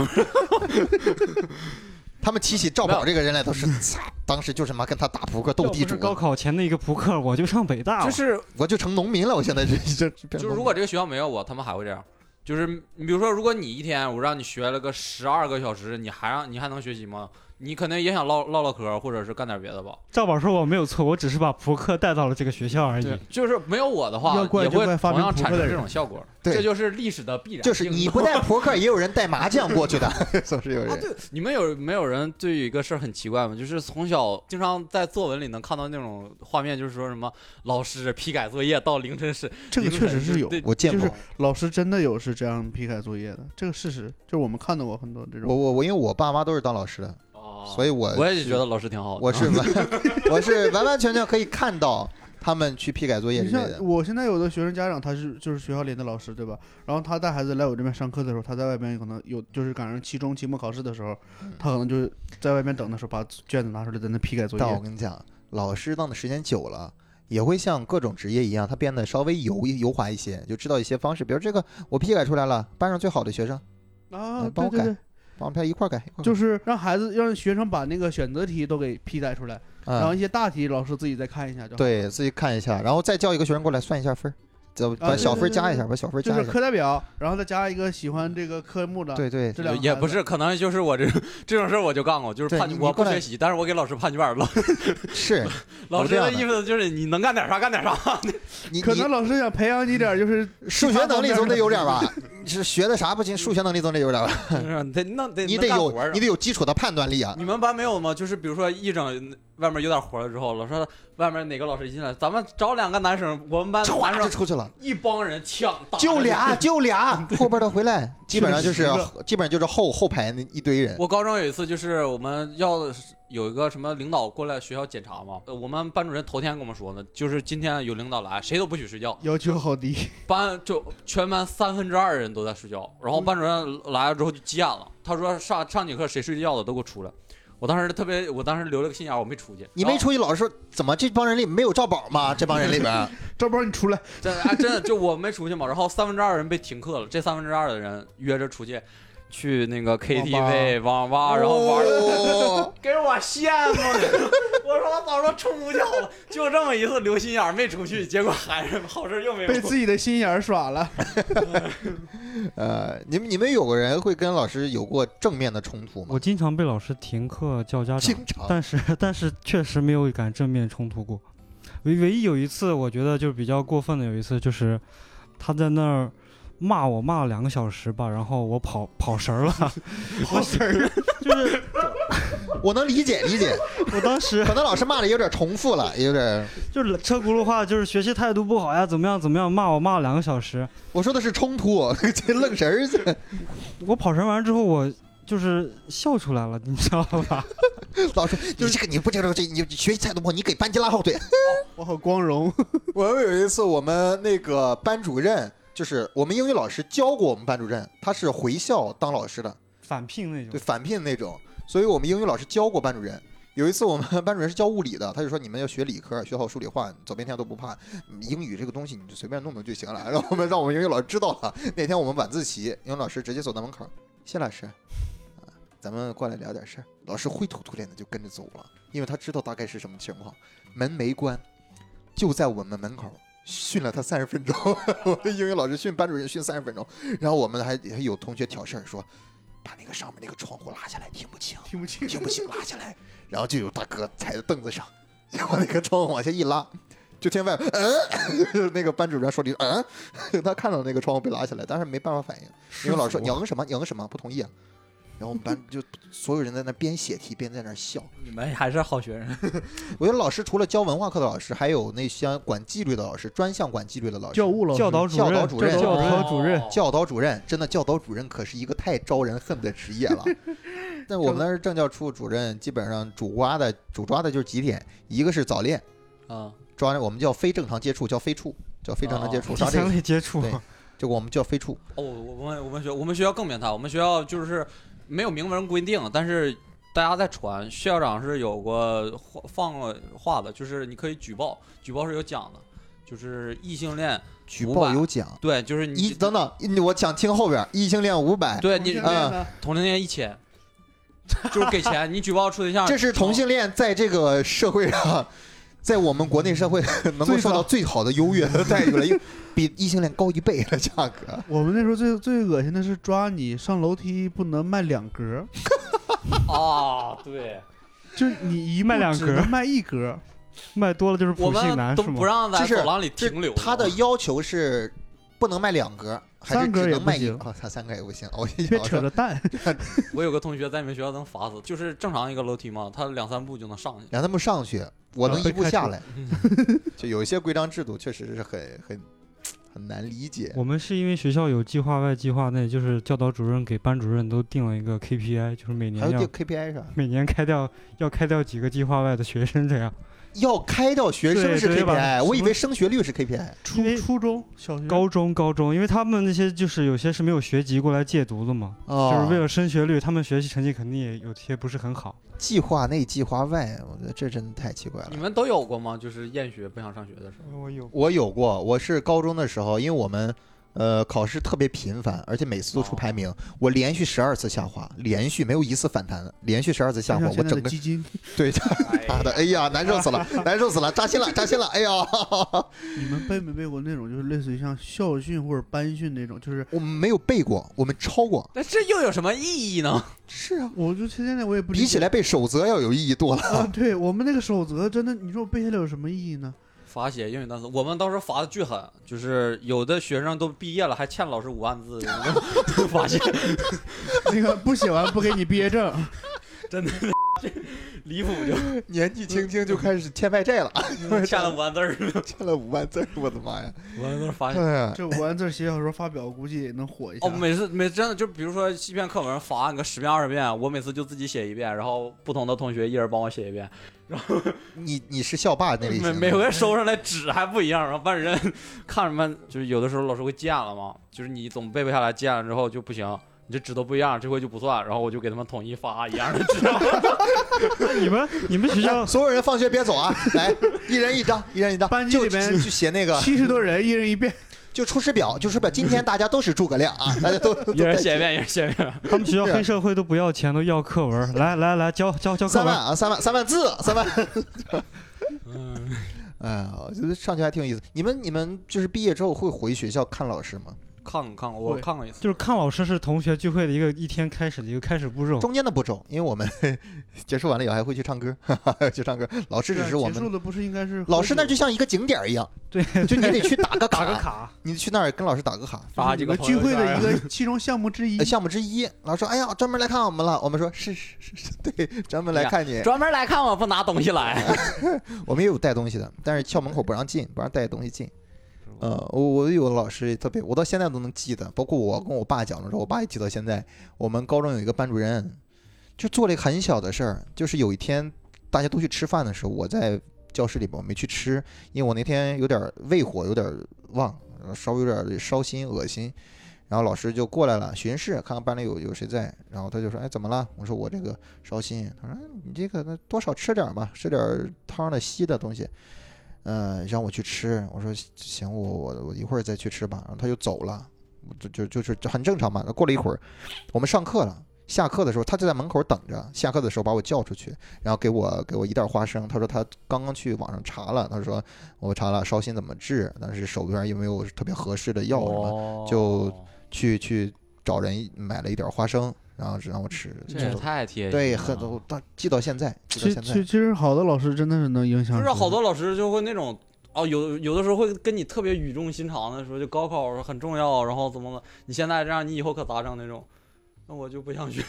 Speaker 5: 他们提起赵
Speaker 3: 没
Speaker 5: 宝
Speaker 3: 有
Speaker 5: 这个人
Speaker 3: <laughs>
Speaker 5: 来都是，擦当时就是妈跟他打扑克
Speaker 4: 要
Speaker 5: <laughs> 斗
Speaker 4: 不
Speaker 5: 地
Speaker 4: 是
Speaker 5: 主，
Speaker 4: 高考前的一个扑克，我就上北大了。
Speaker 3: 就是
Speaker 1: 啊
Speaker 5: 我就成农民了。我现在这这就
Speaker 3: 就是如果这个学校没有我，他们还会这样。就是你比如说，如果你一天我让你学了个十二个小时，你还让你还能学习吗？你可能也想唠唠唠嗑，或者是干点别的吧。
Speaker 4: 赵宝说我没有错，我只是把扑克带到了这个学校而已。，
Speaker 3: 就是没有我的话，
Speaker 1: 要怪
Speaker 3: 也
Speaker 1: 就怪
Speaker 3: 会
Speaker 1: 发
Speaker 3: 同
Speaker 1: 明
Speaker 3: 样
Speaker 1: 扑克
Speaker 3: 产生
Speaker 1: 的
Speaker 3: 这
Speaker 1: 人
Speaker 3: 种效果。
Speaker 5: 对
Speaker 3: 这就是历史的必然性。 <laughs>
Speaker 5: 就是你不带扑克，也有人带麻将过去的，总是有
Speaker 3: 啊，
Speaker 5: 人。
Speaker 3: 对，你们有没有人对一个事儿很奇怪吗？就是从小经常在作文里能看到那种画面，就是说什么老师批改作业到凌晨
Speaker 5: <laughs>
Speaker 3: 十，
Speaker 1: 这个
Speaker 3: 凌
Speaker 1: 确
Speaker 3: 晨
Speaker 1: 实
Speaker 3: 就是
Speaker 1: 有，
Speaker 3: 对
Speaker 5: 我见
Speaker 1: 就是
Speaker 5: 过，
Speaker 1: 老师真的有是这样批改作业的，这个事实就是我们看到过很多这
Speaker 5: 我
Speaker 1: 种，
Speaker 5: 我我，因为我爸妈都是当老师的，
Speaker 3: 哦
Speaker 5: 所以我
Speaker 3: 我也觉得老师挺好的。<laughs>
Speaker 5: 我是完 <laughs> 我是完完全全可以看到他们去批改作业
Speaker 1: 你
Speaker 5: 之类
Speaker 1: 像
Speaker 5: 的。
Speaker 1: 我现在有的学生家长他是就是学校里的老师对吧？然后他带孩子来我这边上课的时候，他在外边可能有就是赶上期中期末考试的时候
Speaker 5: 嗯，
Speaker 1: 他可能就是在外边等的时候把卷子拿出来在那批改作
Speaker 5: 但我
Speaker 1: 业，
Speaker 5: 跟你讲，老师当的时间久了。也会像各种职业一样，他变得稍微油油滑一些，就知道一些方式。比如这个我批改出来了，班上最好的学生，
Speaker 1: 啊，
Speaker 5: 来
Speaker 1: 对
Speaker 5: 帮我
Speaker 1: 对
Speaker 5: 改嗯
Speaker 1: 对，
Speaker 5: 帮我们俩一块儿改，一块儿改
Speaker 1: 就是让孩子让学生把那个选择题都给批改出来，然后
Speaker 5: 嗯，
Speaker 1: 一些大题老师自己再看一下就好。
Speaker 5: 对自己看一下，然后再叫一个学生过来算一下分儿，再把
Speaker 1: 对
Speaker 5: 小分
Speaker 1: 啊对
Speaker 5: 儿
Speaker 1: 对
Speaker 5: 加一
Speaker 1: 对
Speaker 5: 下，把小分儿
Speaker 1: 就
Speaker 5: 加
Speaker 1: 是
Speaker 5: 一下。
Speaker 1: 课代表，然后再加一个喜欢这个科目的，
Speaker 5: 对对，
Speaker 1: 这两个
Speaker 3: 也
Speaker 1: 孩
Speaker 3: 不
Speaker 1: 子
Speaker 3: 是，可能就是我这这种事儿我就干过，就是
Speaker 5: 对
Speaker 3: 判
Speaker 5: 你
Speaker 3: 我
Speaker 5: 你
Speaker 3: 不
Speaker 5: 过来
Speaker 3: 学习，但是我给老师判卷儿，老
Speaker 1: <laughs>
Speaker 5: 是
Speaker 3: <laughs> 老
Speaker 5: 我
Speaker 3: 师
Speaker 5: 这样
Speaker 3: 的
Speaker 5: 的
Speaker 3: 意思就是你能干点啥干点
Speaker 5: <laughs>
Speaker 3: 啥。 <laughs>
Speaker 5: 你
Speaker 1: 可能老师想培养你点儿就是
Speaker 5: 你数学能力总得有点儿吧？你是学的啥不行，数学能力总得有点
Speaker 3: <laughs>
Speaker 5: 儿吧？
Speaker 3: 是得那得
Speaker 5: 你
Speaker 3: 能
Speaker 5: 得
Speaker 3: 干活
Speaker 5: 有
Speaker 3: 儿啊
Speaker 5: 你得有基础的判断力啊！
Speaker 3: 你们班没有吗？就是比如说一整外面有点活了之后，老师外面哪个老师一进来，咱们找两个男生，我们班
Speaker 5: 唰
Speaker 3: 男
Speaker 5: 就
Speaker 3: 生
Speaker 5: 出去了，
Speaker 3: 一帮人抢，打
Speaker 5: 就
Speaker 3: 着
Speaker 5: 俩就俩，后边的回来，基本上就
Speaker 1: 确
Speaker 5: 是
Speaker 1: 实
Speaker 5: 基本上就是后后排那一堆人。
Speaker 3: 我高中有一次，就是我们要有一个什么领导过来学校检查嘛，呃我们班主任头天跟我们说呢，就是今天有领导来，谁都不许睡觉，
Speaker 1: 要求好低， <laughs>
Speaker 3: 班就全班三分之二人都在睡觉，然后班主任来了之后就急眼了，他说上上节课谁睡觉的都给我出来。我当时特别，我当时留了个心眼儿，我没出去。
Speaker 5: 你
Speaker 3: 然
Speaker 5: 没
Speaker 3: 后
Speaker 5: 出去，老师说怎么这帮人里没有赵宝吗？这帮人里边儿
Speaker 1: 赵宝你出来，
Speaker 3: 真的、啊，真的就我没出去嘛，然后三分之二人被停课了，这三分之二的人约着出去，去那个 KTV 网吧，然后玩，
Speaker 5: 哦
Speaker 3: 给我羡慕的。 <laughs> 我说我早说冲出去好了，就这么一次留心眼儿没出去，结果还是好事又没有
Speaker 1: 被。自己的心眼儿耍了。
Speaker 5: 呃，你们你们有个人会跟老师有过正面的冲突吗？
Speaker 4: 我经常被老师停课叫家长，
Speaker 5: 经常。
Speaker 4: 但是但是确实没有敢正面冲突过。唯唯一有一次，我觉得就是比较过分的，有一次就是他在那儿骂我骂了两个小时吧，然后我跑跑神儿了， <laughs> 跑神儿，就是
Speaker 5: 我能理解理解，
Speaker 4: 我当时
Speaker 5: 可能老师骂的有点重复了，有点。
Speaker 4: 就是车轱辘话，就是学习态度不好呀，怎么样怎么样，骂我骂了两个小时，
Speaker 5: 我 <laughs> 说的是冲突，这愣神儿去。
Speaker 4: 我跑神完之后，我就是笑出来了，你知道吧？ <laughs>
Speaker 5: 老师，你这个你不知道，这你你学习态度不好，你给班级拉后腿。
Speaker 1: 我好光荣， <laughs>
Speaker 5: <laughs> 我们有一次，我们那个班主任，就是我们英语老师教过我们班主任，他是回校当老师的，
Speaker 4: 返聘那
Speaker 5: 对
Speaker 4: 种，
Speaker 5: 返聘那种，所以我们英语老师教过班主任。有一次，我们 <laughs> 班主任是教物理的，他就说你们要学理科，学好数理化，走遍天下都不怕。英语这个东西你就随便弄弄就行了。然后我们 <laughs> 让我们英语老师知道了。那天我们晚自习，英语老师直接走到门口，谢老师，啊，咱们过来聊点事儿。老师灰头土脸的就跟着走了，因为他知道大概是什么情况。门没关，就在我们门口训了他三十分钟。 <laughs> 我们英语老师训班主任训三十分钟，然后我们还还有同学挑事儿说，把那个上面那个窗户拉下来，听不清。 <laughs>
Speaker 1: 听不清
Speaker 5: 听不清，拉下来。然后就有大哥踩在凳子上，结果那个窗户往下一拉，就听外面，嗯， <laughs> 那个班主任说你，嗯， <laughs> 他看到那个窗户被拉起来，但是没办法反应，因为老师说赢什么赢什么不同意啊。然后我们班就所有人在那边写题边在那笑。
Speaker 2: 你们还是好学
Speaker 5: <laughs>
Speaker 2: 生，
Speaker 5: 我觉得老师除了教文化课的老师，还有那些管纪律的老师，专项管纪律的老师，
Speaker 1: 教务老师
Speaker 4: 教导主
Speaker 5: 教
Speaker 4: 任、
Speaker 5: 导主任啊
Speaker 4: 教科
Speaker 3: 哦
Speaker 4: 主任，
Speaker 5: 教导主任，真的教导主任可是一个太招人恨的职业了。那我们那儿政教处主任基本上主抓的主抓的就是几点，一个是早恋，
Speaker 2: 啊，
Speaker 5: 抓我们叫非正常接触，叫非触，叫非正常接触，
Speaker 4: 第
Speaker 5: 啥这
Speaker 4: 三
Speaker 5: 个
Speaker 4: 类接触
Speaker 5: 对，这个我们叫非触。
Speaker 3: 哦，我们我们学我们学校更变态，我们学校就是没有明文规定，但是大家在传，校长是有过话放过话的，就是你可以举报，举报是有奖的，就是异性恋，
Speaker 5: 举
Speaker 3: 五
Speaker 5: 报
Speaker 3: 百
Speaker 5: 有奖，
Speaker 3: 对，就是你
Speaker 5: 一等等，你我想听后边儿异性恋五百，
Speaker 3: 对你
Speaker 5: 恋嗯
Speaker 3: 同性恋一千，就是给钱，你举报处对象，
Speaker 5: 这是同性恋在这个社会上，在我们国内社会 <laughs> 能够受到最好的优越的待遇了，因为比异性恋高一倍的价格。
Speaker 1: 我们那时候最最恶心的是抓你上楼梯不能卖两格，
Speaker 3: 啊，对，
Speaker 1: 就是你一
Speaker 4: 卖
Speaker 1: 步
Speaker 4: 两
Speaker 1: 只
Speaker 4: 格
Speaker 1: 能卖一
Speaker 5: <laughs>
Speaker 1: 格，
Speaker 4: 卖多了就是
Speaker 3: 我
Speaker 4: <laughs> 普信
Speaker 3: 们
Speaker 4: 男
Speaker 3: 都
Speaker 4: 是吗
Speaker 3: 不？让在
Speaker 5: 就是
Speaker 3: 走廊里
Speaker 5: 这
Speaker 3: 停留，<laughs>
Speaker 5: 他的要求是不能卖两格，还是
Speaker 1: 三格
Speaker 5: 只
Speaker 1: 也
Speaker 5: 能
Speaker 1: 不
Speaker 5: 卖一
Speaker 1: 行
Speaker 5: 格？他三格也不行，我一
Speaker 1: 别扯着
Speaker 5: <laughs>
Speaker 1: 蛋。
Speaker 3: 我有个同学在你们学校能罚死，就是正常一个楼梯嘛，他两三步就能上去。
Speaker 5: 让他们上去，我
Speaker 1: 然
Speaker 5: 能
Speaker 1: 后
Speaker 5: 一
Speaker 1: 啊被
Speaker 5: 步
Speaker 1: 开
Speaker 5: 下
Speaker 1: 除
Speaker 5: 来。
Speaker 3: 嗯
Speaker 1: <laughs>
Speaker 5: 就有一些规章制度确实是很很很难理解。
Speaker 4: 我们是因为学校有计划外、计划内，就是教导主任给班主任都定了一个 KPI，就是每
Speaker 5: 还
Speaker 4: 年
Speaker 5: 有
Speaker 4: 要
Speaker 5: 定 KPI 是吧？
Speaker 4: 每年开掉要开掉几个计划外的学生，这样
Speaker 5: 要开掉学生
Speaker 4: 对
Speaker 5: 是
Speaker 4: 对吧
Speaker 5: KPI，我以
Speaker 4: 什
Speaker 5: 为升学率是 KPI。
Speaker 1: 初
Speaker 4: 因为
Speaker 1: 初中小
Speaker 5: 嗯
Speaker 1: 学
Speaker 4: 高中高中，因为他们那些就是有些是没有学籍过来借读的嘛，
Speaker 5: 哦
Speaker 4: 就是为了升学率，他们学习成绩肯定也有些不是很好。
Speaker 5: 计划内、计划外，我觉得这真的太奇怪了
Speaker 3: <laughs> 你。们都有过吗？就是厌学不想上学的时候。
Speaker 4: 我有
Speaker 5: 哦我有过，我是高中的时候，因为我们呃考试特别频繁，而且每次都出排名，我连续十二次下滑，连续没有一次反弹的，连续十二次下
Speaker 1: 就
Speaker 5: 滑，
Speaker 1: 像
Speaker 5: 我
Speaker 1: 现在
Speaker 5: 整
Speaker 1: 的
Speaker 5: 个
Speaker 1: 基
Speaker 5: <laughs>
Speaker 1: 金，
Speaker 5: 对他妈的，哎呀，难受死 <laughs> 了，难受死了，扎心了，扎心了，哎呀， <laughs>
Speaker 1: 你们背没背过那种就是类似于像校训或者班训那种？就是
Speaker 5: 我们没有背过，我们抄过，
Speaker 3: 那这又有什么意义呢？
Speaker 5: 是啊，
Speaker 1: 我就现在我也不理
Speaker 5: 比起
Speaker 1: 解
Speaker 5: 来背守则要有意义多了。
Speaker 1: 啊，对我们那个守则真的，你说我背下来有什么意义呢？
Speaker 3: 罚写英语单词，我们当时罚的巨狠，就是有的学生都毕业了还欠老师五万 <laughs> 字，你们都罚写，
Speaker 1: 那个不写完不给你毕业
Speaker 5: <laughs>
Speaker 1: 证，
Speaker 3: 离谱就
Speaker 5: <laughs> 年纪轻轻就开始欠外债了，
Speaker 3: 欠了五万字儿，
Speaker 5: <laughs> 欠了五万字儿，我的妈呀！
Speaker 3: 五万字儿罚写。
Speaker 5: 哎呀，
Speaker 1: 这五万字写小说发表估计也能火一下。
Speaker 5: Oh
Speaker 3: 哦，每次每真的就比如说一篇课文罚按个十遍二十遍，我每次就自己写一遍，然后不同的同学一人帮我写一遍，
Speaker 5: 你你是校霸那类型
Speaker 3: 每
Speaker 5: 的，
Speaker 3: 每回收上来纸还不一样，然后班主任看什么，就是有的时候老师会见了嘛，就是你总背不下来，见了之后就不行，你这纸都不一样，这回就不算，然后我就给他们统一发一样的纸。
Speaker 5: <laughs>
Speaker 4: 你们你们学校
Speaker 5: 来所有人放学别走啊！来，一人一张，一人一张。
Speaker 1: 班级
Speaker 5: 就
Speaker 1: 里边
Speaker 5: 就就写那个，
Speaker 1: 七十多人，一人一遍，
Speaker 5: 就出师表，就
Speaker 1: <laughs>
Speaker 5: 出师表。今天大家都是诸葛亮啊，大家都
Speaker 3: 一人写一遍，一人写一遍。
Speaker 4: 他们学校
Speaker 5: 啊
Speaker 4: 黑社会都不要钱，都要课文，来来来教教教课
Speaker 5: 三万
Speaker 4: 文。
Speaker 1: <laughs>
Speaker 5: 啊，三万三万字，三万。哎呀，我觉得上去还挺有意思。你们你们就是毕业之后会回学校看老师吗？
Speaker 3: 看过看过，我
Speaker 1: 会
Speaker 3: 看过一次。
Speaker 4: 就是看老师是同学聚会的一个一天开始的一个开始步
Speaker 1: 哦
Speaker 4: 骤，
Speaker 5: 中间的步骤，因为我们 <laughs> 结束完了以后还会去唱歌， <laughs> 去唱歌。老师只是我
Speaker 1: 啊结束
Speaker 5: 们
Speaker 1: 了不是应该是
Speaker 5: 老师那
Speaker 1: 就
Speaker 5: 就像一个景点儿一
Speaker 1: <laughs>
Speaker 5: 样，
Speaker 4: 对，
Speaker 5: 就你得去打个卡，
Speaker 4: 卡。
Speaker 5: 你去那儿跟老师打个卡。
Speaker 3: 发
Speaker 1: 你
Speaker 3: 几个
Speaker 1: 们
Speaker 3: 朋
Speaker 1: 聚
Speaker 3: 友
Speaker 1: 会
Speaker 3: 圈
Speaker 1: 的
Speaker 3: 儿
Speaker 1: 一个其中项目之一
Speaker 5: 呃，。项目之一，老师说：“哎呀，专门来看我们了。”我们说：“是是是是，对，专
Speaker 1: 哎
Speaker 5: 门来看你。”
Speaker 3: 专门来看我不拿东西来。
Speaker 5: 我们也有带东西的，但是校门口不让进，不让带东西进。呃，我我有个老师也特别，我到现在都能记得，包括我跟我爸讲的时候，我爸也记到现在。我们高中有一个班主任，就做了一个很小的事儿，就是有一天大家都去吃饭的时候，我在教室里边我没去吃，因为我那天有点儿胃火，有点儿旺，呃稍微有点儿烧心、恶心。然后老师就过来了，巡视，看看班里有有谁在。然后他就说：“哎，怎么了？”我说：“我这个烧心。”他说：“哎你这个那多少吃点儿吧，吃点儿汤的、稀的东西。”呃，让我去吃。我说：“行，我我我一会儿再去吃吧。”然后他就走了，我就就就是就很正常嘛。过了一会儿，我们上课了。下课的时候，他就在门口等着。下课的时候把我叫出去，然后给我给我一袋花生。他说他刚刚去网上查了，他说我查了烧心怎么治，但是手边又没有特别合适的药什么的就
Speaker 3: 哦
Speaker 5: 去去找人买了一点花生，然后让我吃。
Speaker 3: 这也
Speaker 5: 就
Speaker 3: 太贴心了。
Speaker 5: 对，很多到记到现在，记
Speaker 1: 其
Speaker 5: 到现
Speaker 1: 其
Speaker 5: 在。嗯
Speaker 1: 其实好的老师真的是能影响
Speaker 3: 就
Speaker 1: 学生，
Speaker 3: 是好多老师就会那种哦，有有的时候会跟你特别语重心长的说，就高考很重要，然后怎么了？你现在这样，你以后可咋整那种？那我就不想学，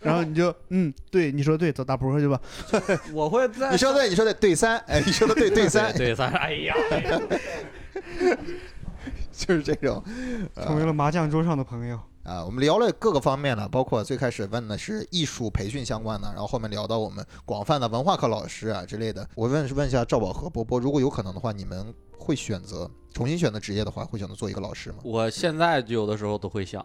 Speaker 1: 然后你就嗯，对，你说对，走打扑克去吧。
Speaker 3: 我会在
Speaker 5: 你说对，你说对，对三，哎，你说的对，对三，
Speaker 3: 对咱哎呀，
Speaker 5: <laughs> 就是这
Speaker 3: <laughs>
Speaker 5: 种呃
Speaker 4: 成为了麻将桌上的朋友。
Speaker 5: 啊。我们聊了各个方面了，包括最开始问的是艺术培训相关的，然后后面聊到我们广泛的文化课老师啊之类的。我问是问一下赵宝和波波，如果有可能的话，你们会选择重新选择职业的话，会选择做一个老师吗？
Speaker 3: 我现在有的时候都会想，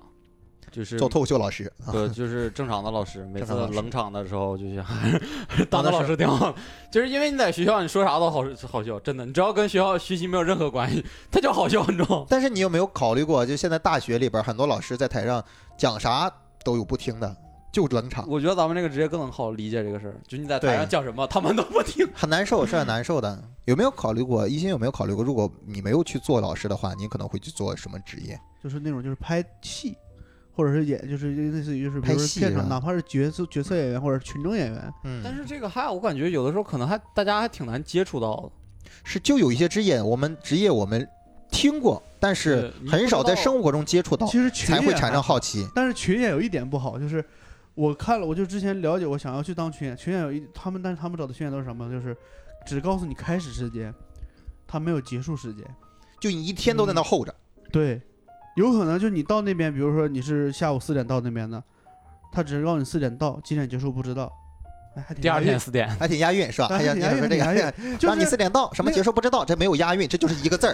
Speaker 3: 就是
Speaker 5: 做脱口秀老师啊，
Speaker 3: 对，就是正常的老师，每
Speaker 5: 正
Speaker 3: 次
Speaker 5: 常老师嗯
Speaker 3: 冷场的时候就想 <laughs> 当个老师挺好，就是因为你在学校你说啥都好好笑，真的，你只要跟学校学习没有任何关系，它就好笑，你知道吗？
Speaker 5: 但是你有没有考虑过，就现在大学里边很多老师在台上讲啥都有不听的，就冷场，
Speaker 3: 我觉得咱们这个职业更好理解这个事儿，就你在台上
Speaker 5: 啊对
Speaker 3: 讲什么，他们都不听。
Speaker 5: 很难受，是很难受的。有没有考虑过？一心有没有考虑过，如果你没有去做老师的话，你可能会去做什么职业？
Speaker 1: 就是那种就是拍戏，或者是演，就是类似于就是比
Speaker 5: 拍
Speaker 1: 如说
Speaker 5: 戏
Speaker 1: 片
Speaker 5: 是
Speaker 1: 场，
Speaker 5: 吧
Speaker 1: 哪怕是角色角色演员或者群众演员，
Speaker 5: 嗯
Speaker 3: 但是这个还我感觉有的时候可能还大家还挺难接触到的，
Speaker 5: 是就有一些职业，我们职业我们听过，但是
Speaker 3: 对你
Speaker 5: 很
Speaker 3: 不
Speaker 5: 少
Speaker 3: 知道
Speaker 5: 在生活中接触到，
Speaker 1: 其实群
Speaker 5: 哦才
Speaker 1: 演
Speaker 5: 会产
Speaker 1: 还
Speaker 5: 生
Speaker 1: 好
Speaker 5: 好奇。
Speaker 1: 但是群演有一点不好，就是我看了，我就之前了解，我想要去当群演，群演有一他们，但是他们找的群演都是什么？就是只告诉你开始时间，他没有结束时间。
Speaker 5: 就你一天都在那候着，
Speaker 1: 对，有可能就你到那边，比如说你是下午四点到那边的，他只是告诉你四点到，几点结束不知道。哎，还挺
Speaker 3: 第二
Speaker 1: 押韵
Speaker 3: 天，四点，
Speaker 5: 还挺押韵是吧？
Speaker 1: 哎
Speaker 5: 哎呀，
Speaker 1: 挺
Speaker 5: 你
Speaker 1: 押
Speaker 5: 想说
Speaker 1: 韵
Speaker 5: 这
Speaker 1: 挺押
Speaker 5: 个， <laughs>
Speaker 1: 就
Speaker 5: 让你
Speaker 1: 是
Speaker 5: 四点到，什么
Speaker 1: 那
Speaker 5: 结束不知道，这没有押韵，这就是一个字儿，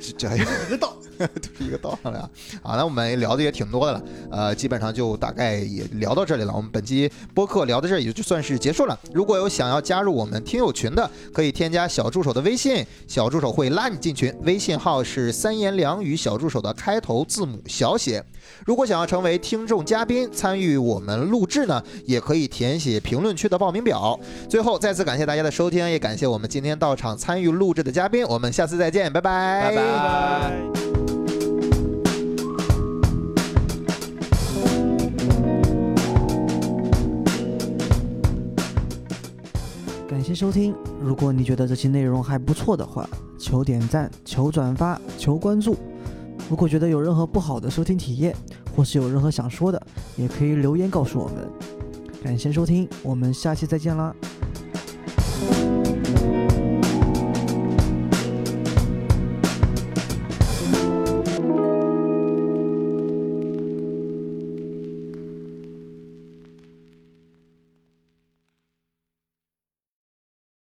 Speaker 5: 这这一个道， <laughs> 就是一个道了呀。啊，那我们聊的也挺多的了，呃，基本上就大概也聊到这里了。我们本期播客聊到这里也就算是结束了。如果有想要加入我们听友群的，可以添加小助手的微信，小助手会拉你进群，微信号是三言两语小助手的开头字母小写。如果想要成为听众嘉宾，参与我们录制呢，也可以填写评论区的报名表。最后，再次感谢大家的收听，也感谢我们今天到场参与录制的嘉宾。我们下次再见，拜拜，
Speaker 3: 拜拜。
Speaker 6: 感谢收听。如果你觉得这期内容还不错的话，求点赞、求转发、求关注。如果觉得有任何不好的收听体验，或是有任何想说的，也可以留言告诉我们。感谢收听，我们下期再见啦！